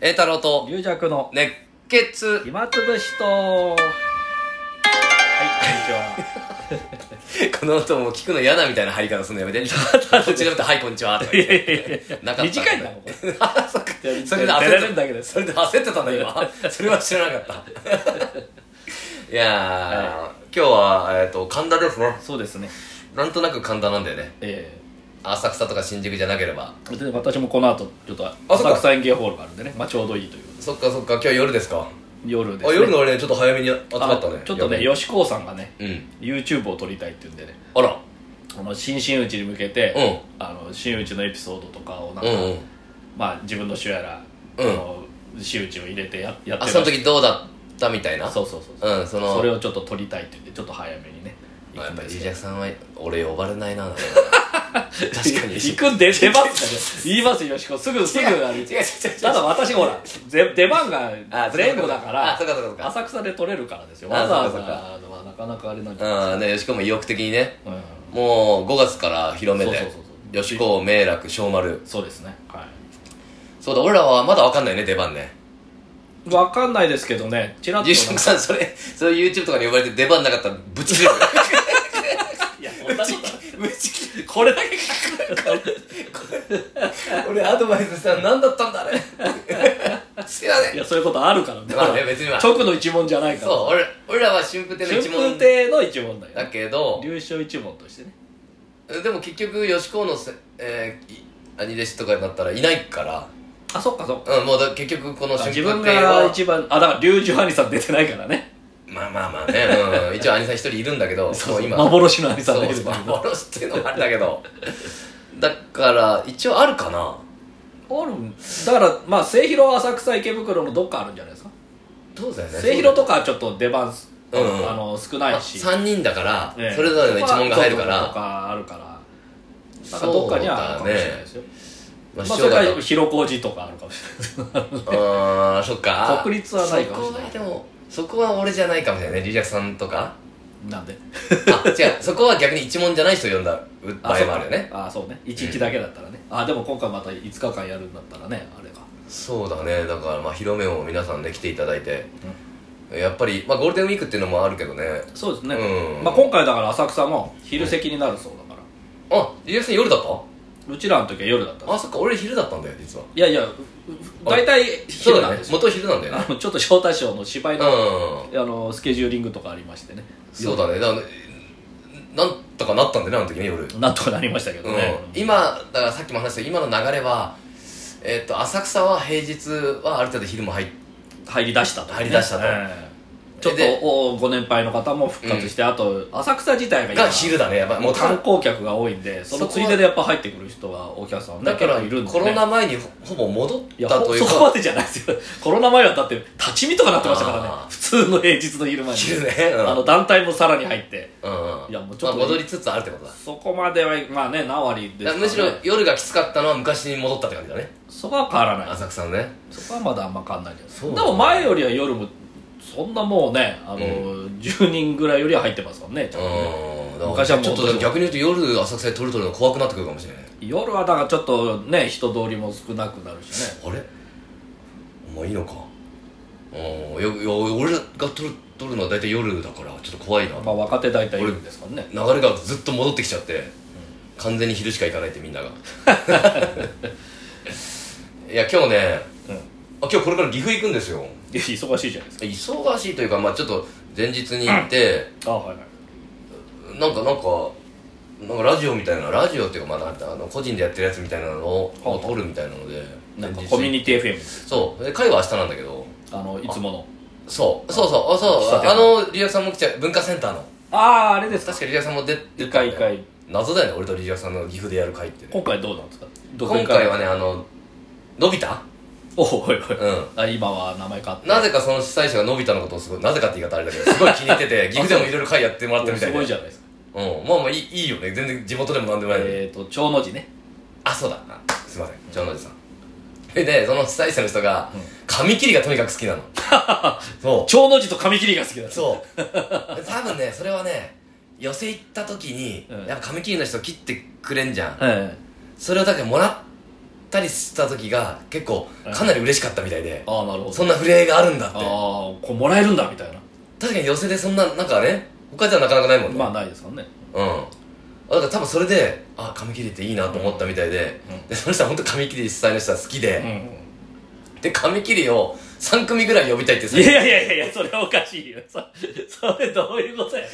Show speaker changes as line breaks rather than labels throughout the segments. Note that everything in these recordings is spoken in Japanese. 栄太郎と
龍尺の
熱血
暇つぶしとはいこんにちは
この音も聞くの嫌だみたいな入り方するのや めてこっちでもって「はいこんにちは」とか言ってなかった
短いんだもんこれ
あ そっかそれで
出られ
焦
る
っ
だけで
たそれで焦ってたんだ 今それは知らなかったいやー今日は、えー、と神田ですね
そうですね
なんとなく神田なんだよね
え
浅草とか新宿じゃなければ
えで私もこの後ちょっと
そっか
浅草園芸ホールがあるんでねまあちょうどいいという
そっかそっか今日夜ですか
夜です、
あ
ね、
夜の俺ねちょっと早めに集まったね
あちょっとね
夜
吉高さんがね
うん
YouTube を撮りたいって言うんでね
あら
この新真打ちに向けて、
う
あの真打ちのエピソードとかをなん
う
か、
んうん
まあ自分の主やら、
うん
あの真打ちを入れてややって
あ
まし
その時どうだったみたいな
そうそうそうそう
うんその
それをちょっと撮りたいって言ってちょっと早めにね
まあやっぱりジ
行
ー
くん
ジャク
で
さんは俺呼ばれないな 確かに
行くんで出番がね言いますよしこすぐすぐある
違う違う違う
ただ私ほらぜ出番が
あ
前後だから
あそうかそうかそうか
浅草で撮れるからですよ
あ
わざわざ
そうかそう
のはなかなかあれなんじゃない
ああね吉子も意欲的にね
うん
もう5月から広め
そう
て
そうそうそう
吉子明楽小丸
そうですねはい
そうだ俺らはまだ分かんないね出番ね
わかんないですけどねちらっと
ジ
な
ージャ
んか
クさんそれそれ YouTube とかに呼ばれて出番なかったらぶち切れる
いやそんなこと
ぶち切れる
これだけ
俺アドバイスしたら何だったんだあれ すいませ
い
ん
やそういうことあるからね
まあね別には
直の一問じゃないか
そう
ら
俺俺らは春風亭の一
春
門
風亭の一問だよ
だ
ね
けど
流暢一問としてね
でも結局吉高のせ、えーい兄弟子とかになったらいないから
あそっかそっか
うん、もうだ結局この
あ
春
自
風
分
亭
が
は
一番あだから龍十兄さん出てないからね
まあまあまあね、うん、一応兄さん一人いるんだけど
そうそ
もう
う
今
幻の兄さん
そ
出
う
てる
そうん
だけど
幻っていうのもあるんだけどだから一応あるかな
あるんだからまあ末広浅草池袋のどっかあるんじゃないですか
どうだよね
末広とかはちょっと出番す、
うんうん
あの少ないし、
3人だから、
ええ
それぞれの一問が入るか
そうそうそう
ら
とかあるからだからどっかにはあるかもしれないですよ、
ま
ま
あ
あ、
師匠
それか
方
ら広小路とかあるかもしれないです
あーそっか
国立はないかもしれない
そこはでもそこは俺じゃないかもしれないねリジャクさんとか
なんで
あ違うそこは逆に一問じゃない人呼んだ場合もあるよね
あそうね一日だけだったらね、あでも今回また5日間やるんだったらねあれが
そうだねだからまあ広めも皆さんね来ていただいて、やっぱり、まあ、ゴールデンウィークっていうのもあるけどね
そうですね、
うん
まあ、今回だから浅草も昼席になるそうだから、
あリリアクさん夜だった
うちらの時は夜だったんです
あそっか俺昼だったんだよ実はい
やいやうう大体
そ
昼
うだ
なん
ね
ですよ、
元昼なんだよね
あのちょっと招待賞の芝居
う
の,、
ん
あのスケジューリングとかありましてね
そうだねだからなんとかなったんだよねあの時ね夜、
なんとかなりましたけど
うん
ね、
今だからさっきも話した今の流れはえっと浅草は平日はある程度昼も入っ
入り出したと、
入り出したと
ちょっと
で
おご年配の方も復活して、あと浅草自体が今
が昼だねやっぱもう
観
た
光客が多いんでそのついででやっぱ入ってくる人はお客さんはね
だから
結構いるんで、ね、
コロナ前にほほぼ戻っ
いや
たという
そ
か
こまでじゃないですよコロナ前はだって立ち見とかなってましたからね
あー
普通の平日の昼前に
昼ね
あの団体もさらに入って
うんうん
いやもうちょっと
まあ、戻りつつあるってことだ
そこまではまあね何割です
だ
か、
から
ね、
らむしろ夜がきつかったのは昔に戻ったって感じだね
そこは変わらない
浅草のね
そこはまだあんま変わんないけ
そう
ど
だ
でも前よりは夜もそんなもうねあの、10人ぐらいよりは入ってますもんねちゃんとね
うんだから
昔はもう
ちょっと逆に言うと夜浅草で撮る撮るの怖くなってくるかもしれない
夜はだからちょっとね人通りも少なくなるしね
あれお前いいのかうんよよ俺が撮る撮るのは大体夜だからちょっと怖いな
まあ若手大体いるんですからね
流れがずっと戻ってきちゃって完全に昼しか行かないってみん ながいや今日ね
うん
あ今日これから岐阜行くんですよ
いや忙しいじゃないです
忙しいというかまあちょっと前日に行って、
かあはいはい
なんかなんかなんかラジオみたいなラジオっていうかまあなんかあの個人でやってるやつみたいなのを
はあはあ
撮るみたいなので
なんかコミュニティ FM です
そうで会は明日なんだけど
あのいつもの
そうそうそうあそう
喫茶
あ
店
あのリアクさんも来ちゃう文化センターの
あああれですか
確かリアクさんも出て
一回一回
謎だよね俺とリアクさんの岐阜でやる会ってね
今回どうなんですかどこ
今
行か
回はねあののび太
おおいおい、
うん
あ今は名前変わって
なぜかその主催者がのび太のことをすごいなぜかって言い方あれだけどすごい気に入ってて岐阜でもいろいろ会やってもらってるみた
す
い
ご
で
いじゃないですか
うんまあまあいいいいよね全然地元でもなんでもないのに
えっ、ー、と長の字ね
あそうだあすいません城之内さんそれでその主催者の人が髪切りがとにかく好きな のそ
長の字と髪切りが好きだ
うそう多分ねそれはね寄せ行った時に、
うん
やっぱ髪切りの人切ってくれんじゃん、
はい
それをだからもらっったりした時が結構かなり嬉しかったみたいで、
ああなるほど
そんな触れ合いがあるんだって
ああこれもらえるんだみたいな
確かに寄せでそんななんかね他じゃなかなかないもんね、
まあないですからね
うんあだから多分それであ髪切りっていいなと思ったみたいで,、
うん
でその人は本当髪切り主催の人は好き
うん
で、で髪切りを3組ぐらい呼びたいって
いやいやいやいや、それはおかしいよ。そそれどういうことや。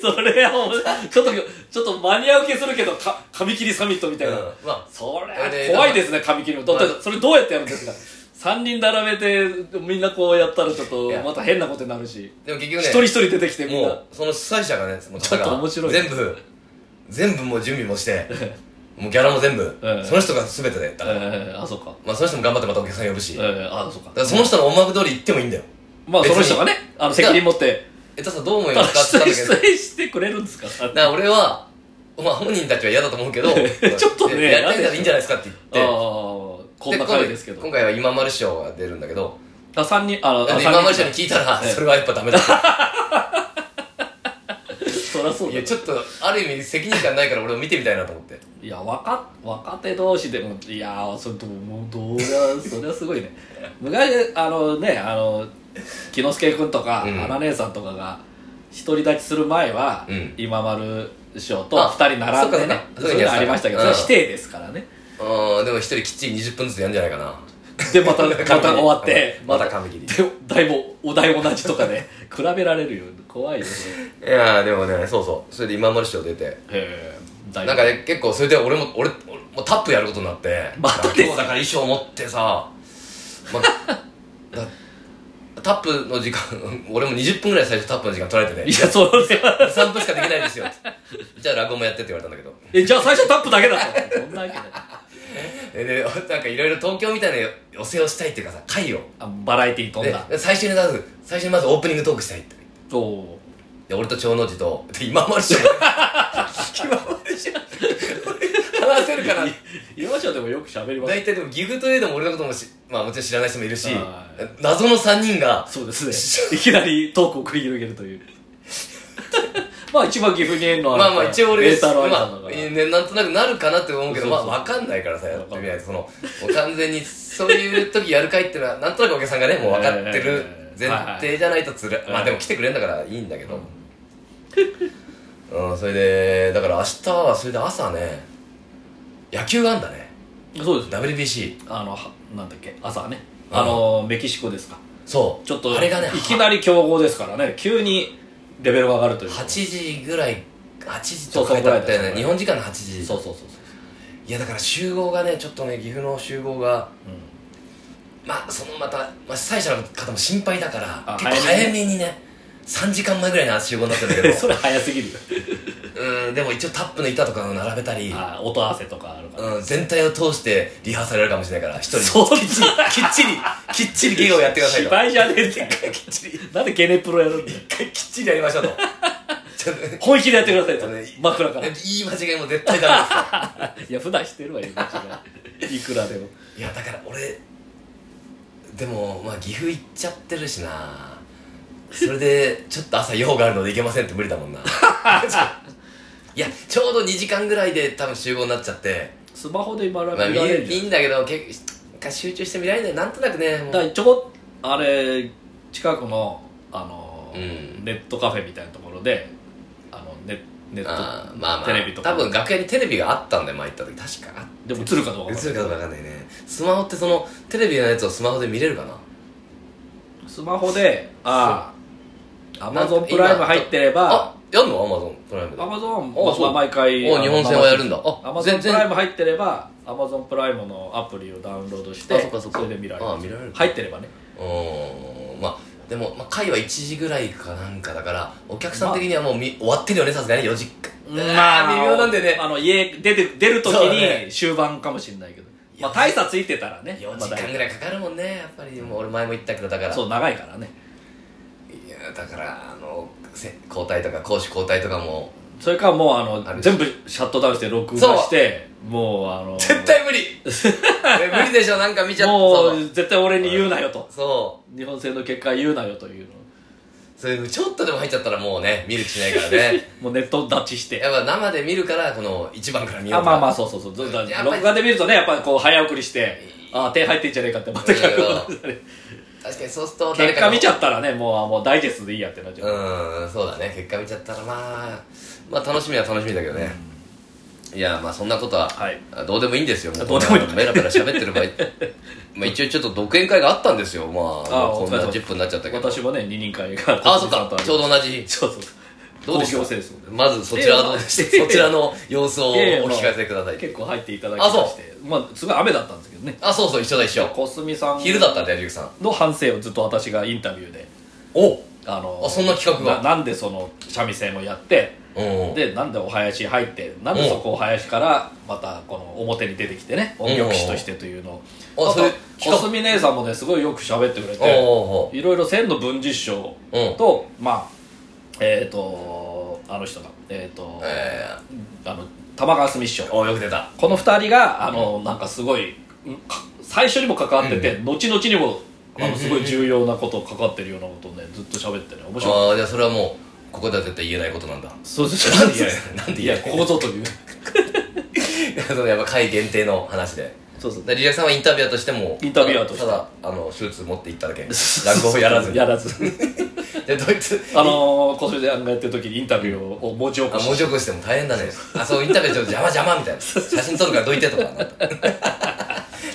それはもう、ちょっと、ちょっとマニア受けするけど、か、紙切りサミットみたいな。
うんま
それ
あれ
怖いですね、紙切りも。だって
ま
それどうやってやるんですか三人並べて、みんなこうやったらちょっと
いや、
また変なことになるし。
あでも結
一
局
人
ね
一人出てきてみん
も
な
う。その主催者がねもう
ちょっと面白い
全部全部もう準備もしてもうギャラも全部、
うん
その人が全てだよだから、
えー、あ、そっか。
まあ、その人も頑張ってまたお客さん呼ぶし、だ
え
か
ー、あ、そっか。
らその人の思惑通り行ってもいいんだよ
まあ、その人がね、あの、
別に
責任持って、
えっとさどう思い
ただ
ますかって
出
言ったん
演
だけどだか
してくれるんですか
ら俺はまあ本人たちは嫌だと思う けど
ちょっとね
やってたらいいんじゃないですかって
あ
言って
ーこんな回ですけど。
今回は今丸師匠が出るんだけど
あ、三人、あ、
だっ
あ
て
三
今
人
丸師匠に聞いたら
ええ
それはやっぱダメだっ
そりゃそ
て
う
い
だ
や
よ
ちょっとある意味責任感ないから俺も見てみたいなと思って
いや若若手同士でもいやーそれとももうどうやそれはすご いね昔あのねあの木之助君とか、
うん
花姉さんとかが独り立ちする前は、
うん
今丸師匠と
あ
二人並んでね
そ
そう
かそうか
ういうのありましたけど、
うん
それは指定ですからね
うんでも一人きっちり20分ずつやるんじゃないかな
でまた ま
髪切り
た終わって
うん また髪切り
でだいぶお題同じとかで 比べられるよ怖いよね
いやーでもねそうそうそれで今丸師匠出て
へえ
なんかね結構それで俺も俺俺もうタップやることになって
また
今日だから衣装持ってさ、まあ、 だタップの時間 俺も20分ぐらい最初タップの時間取られて
い
ね
やそれは
3分しかできないですよってじゃあ落語もやってって言われたんだけど
えじゃあ最初タップだけだったそんなわけない
えでなんかいろいろ東京みたいな寄せをしたいっていうかさ会を
あバラエティー飛ん
で
だ
最初にまず最初にまずオープニングトークしたいって
おお
で俺と長の字とで今まで しょ今までしょ 話せるかな
岩城でもよく喋ります
大体でも岐阜といえども俺のこともし、まあ、もちろん知らない人もいるし
は
謎の3人が
そうですね いきなりトークを繰り広げるという まあ一番岐阜に縁の
まあまあ一応俺
レーターの
ま
間
あ
だから、
ね、なんとなくなるかなって思うけど
そうそうそう
まあ分かんないからさやってみないとそのもう完全にそういう時やる会っていうのはなんとなくお客さんがねもう分かってる前提じゃないとつらい
はい
まあでも来てくれんだからいいんだけど、うん、それでだから明日はそれで朝ね野球があんだね
そうですね
WBC
あのはなんだっけ朝ね
うん
あのメキシコですか
そう
ちょっと
あれがね
いきなり強豪ですからね急にレベルが上がるというか
8時ぐらい8時とか書いてあったよ
そうそうぐらいだ
ね
よ
日本時間の8時
そうそうそうそう、
いやだから集合がねちょっとね岐阜の集合が
うん
まあそのまた、まあ、主催者の方も心配だから
あ
結構早
早
めにね3時間前ぐらいに集合になってるん だけ
それ早すぎるよ
どうんでも一応タップの板とかを並べたり、
あー音合わせとかあるから、
うん、全体を通してリハーサルやるかもしれないから一人で
そう
きっちりきっちりきっちり芸をやってくださいと
芝居じゃねえって
きっちり
なんでゲネプロやるんだよ
きっちりやりましょうとちょっとね
本気でやってくださいと
ね
枕から
いい間違いも絶対ダメですよ
いや普段してるわよこっちがいくらでも
いやだから俺でもまあ岐阜行っちゃってるしなそれでちょっと朝用があるので行けませんって無理だも んないやちょうど2時間ぐらいで多分集合になっちゃって、
スマホで今
ま
ラ
あ、
見
見
られ
れ
る
いい
じ
んだけど結果集中して見られないなんとなくね
ゃ
も
ん
う
だからちょこあれ近くのあの、
うん
ネットカフェみたいなところであのネネット
あーまあまあ
テレビとか
多分楽屋にテレビがあったんで前行った時確かあっ
でも映るかどうかわかん
映
な
る
い
かどうかわかんないねスマホってそのテレビのやつをスマホで見れるかな
スマホでああア
な
マ
んと
ゾンプライム入ってれば
あやんのアマゾンプライムで
アマゾン
あそう
毎回
お日本戦はやるんだあ
アマゾ
全
ンプ
然
ライム入ってればアマゾンプライムのアプリをダウンロードして
あそっかそっか
れで見られる
あ見られる
入ってればね
うーんまあでも、まあ、会は1時ぐらいかなんかだからお客さん的にはもうみ、終わってるよねさすがに4時
まあ、
微妙なんでね
あの、家、出て、出るとき
そうね
に終盤かもしれないけど。まあ、大差ついてたらね。
4時間ぐ
い。
らいかかるもんねやっぱりもう俺前も言ったけどだから
そう、長いからね。
いやだからあのせ交代とか攻守交代とか も
それからもう、あ
あ
の、
る
全部シャットダウンして、録画して、もう、あの、
絶対無理え無理でしょなんか見ちゃった
もう、絶対俺に言うなよと。
そう
日本戦の結果言うなよというの。
それちょっとでも入っちゃったらもうね見る気しないから ね
もうネット立ちして
やっぱ生で見るからこの一番から見よう
あ
と
ま
か
あまあそうそうそうずっと
やっぱり
録画で見るとねやっぱりこう早送りしてあー手入ってんじゃねえかってまた逆になったり
確かにそうすると誰
結
か
果
の
見ちゃったらねもうあもうダイジェストでいいやってなっちゃう、
うんそうだね結果見ちゃったらまあまあ楽しみは楽しみだけどね、いやまあそんなことは、
はい
あどうでもいいんですよもう
どうでもいい
こんなベラベラ喋って る場合まあ一応ちょっと独演会があったんですよまあ
あ
こんな
お疲れ様
10分になっちゃったけど
私もね二人会が
ああそっかちょうど同じ
そうそう
どうでした
公共清掃
まずそちらはどうでした
いやいや
そちらの様子をお
いやいやまあ
聞かせください
結構入っていただきましてまあすごい雨だったんですけどね
あそうそう一緒だ一緒
小杉さん
昼だったんだよ龍さん
の反省をずっと私がインタビューで
おう
あの
あそんな企画が
ななんでその三味線をやって
ん
でなんでお囃子入ってなんでそこお囃子からまたこの表に出てきてね音楽師としてというの
うん
を
あ
あと
それ
小杉姉さんもねすごいよく喋ってく
お
れ
う
て
おうおう
いろいろ千の文実賞とまあえっ、とあの人がえっ、と、
え
あの玉川澄師匠
ーおうよく出た
この2人があの、なんかすごいうんか最初にも関わってて、後々にもあのすごい重要なこと関わってるようなことをねずっと喋ってね面白い
ああじゃあそれはもうここでは絶対言えないこと なんだ
そうそう
なんでなんで
いやここぞという
そのやっぱ会限定の話で
そうそう
でリリアさんはインタビュアーとしても
インタビュアーとして
ただただあのスーツ持って行っただ け 落語をやらずに
やらず
でドイツ
あのー、小杉さんがやってる時にインタビューを文字起
あ
こし
文字起こしても大変だねあそうインタビューちょっと邪魔邪魔みたいな写真撮るからどいてとかなった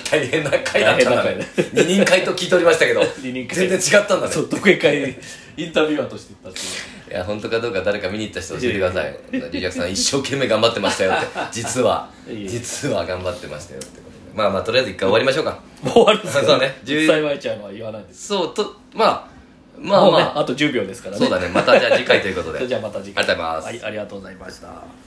大変な回だったんだ
大変
ね
な
二人会と聞いておりましたけど
二人会
全然違ったんだね
そう独演会にインタビュアーとして行ったっていう
いや本当かどうか誰か見に行った人教えてくださいリリアさん一生懸命頑張ってましたよって実はい
えいえ
実は頑張ってましたよってことでまあまあとりあえず一回終わりましょうか
もう終わるんですか
そうね
実際舞ちゃんは言わないんです
そうとまあまあ
もうね
まあ
あと10秒ですから
そ
ね
うだねまたじゃあ次回ということで
じゃあまた次
あ
回
りがとうございます
はい、ありがとうございました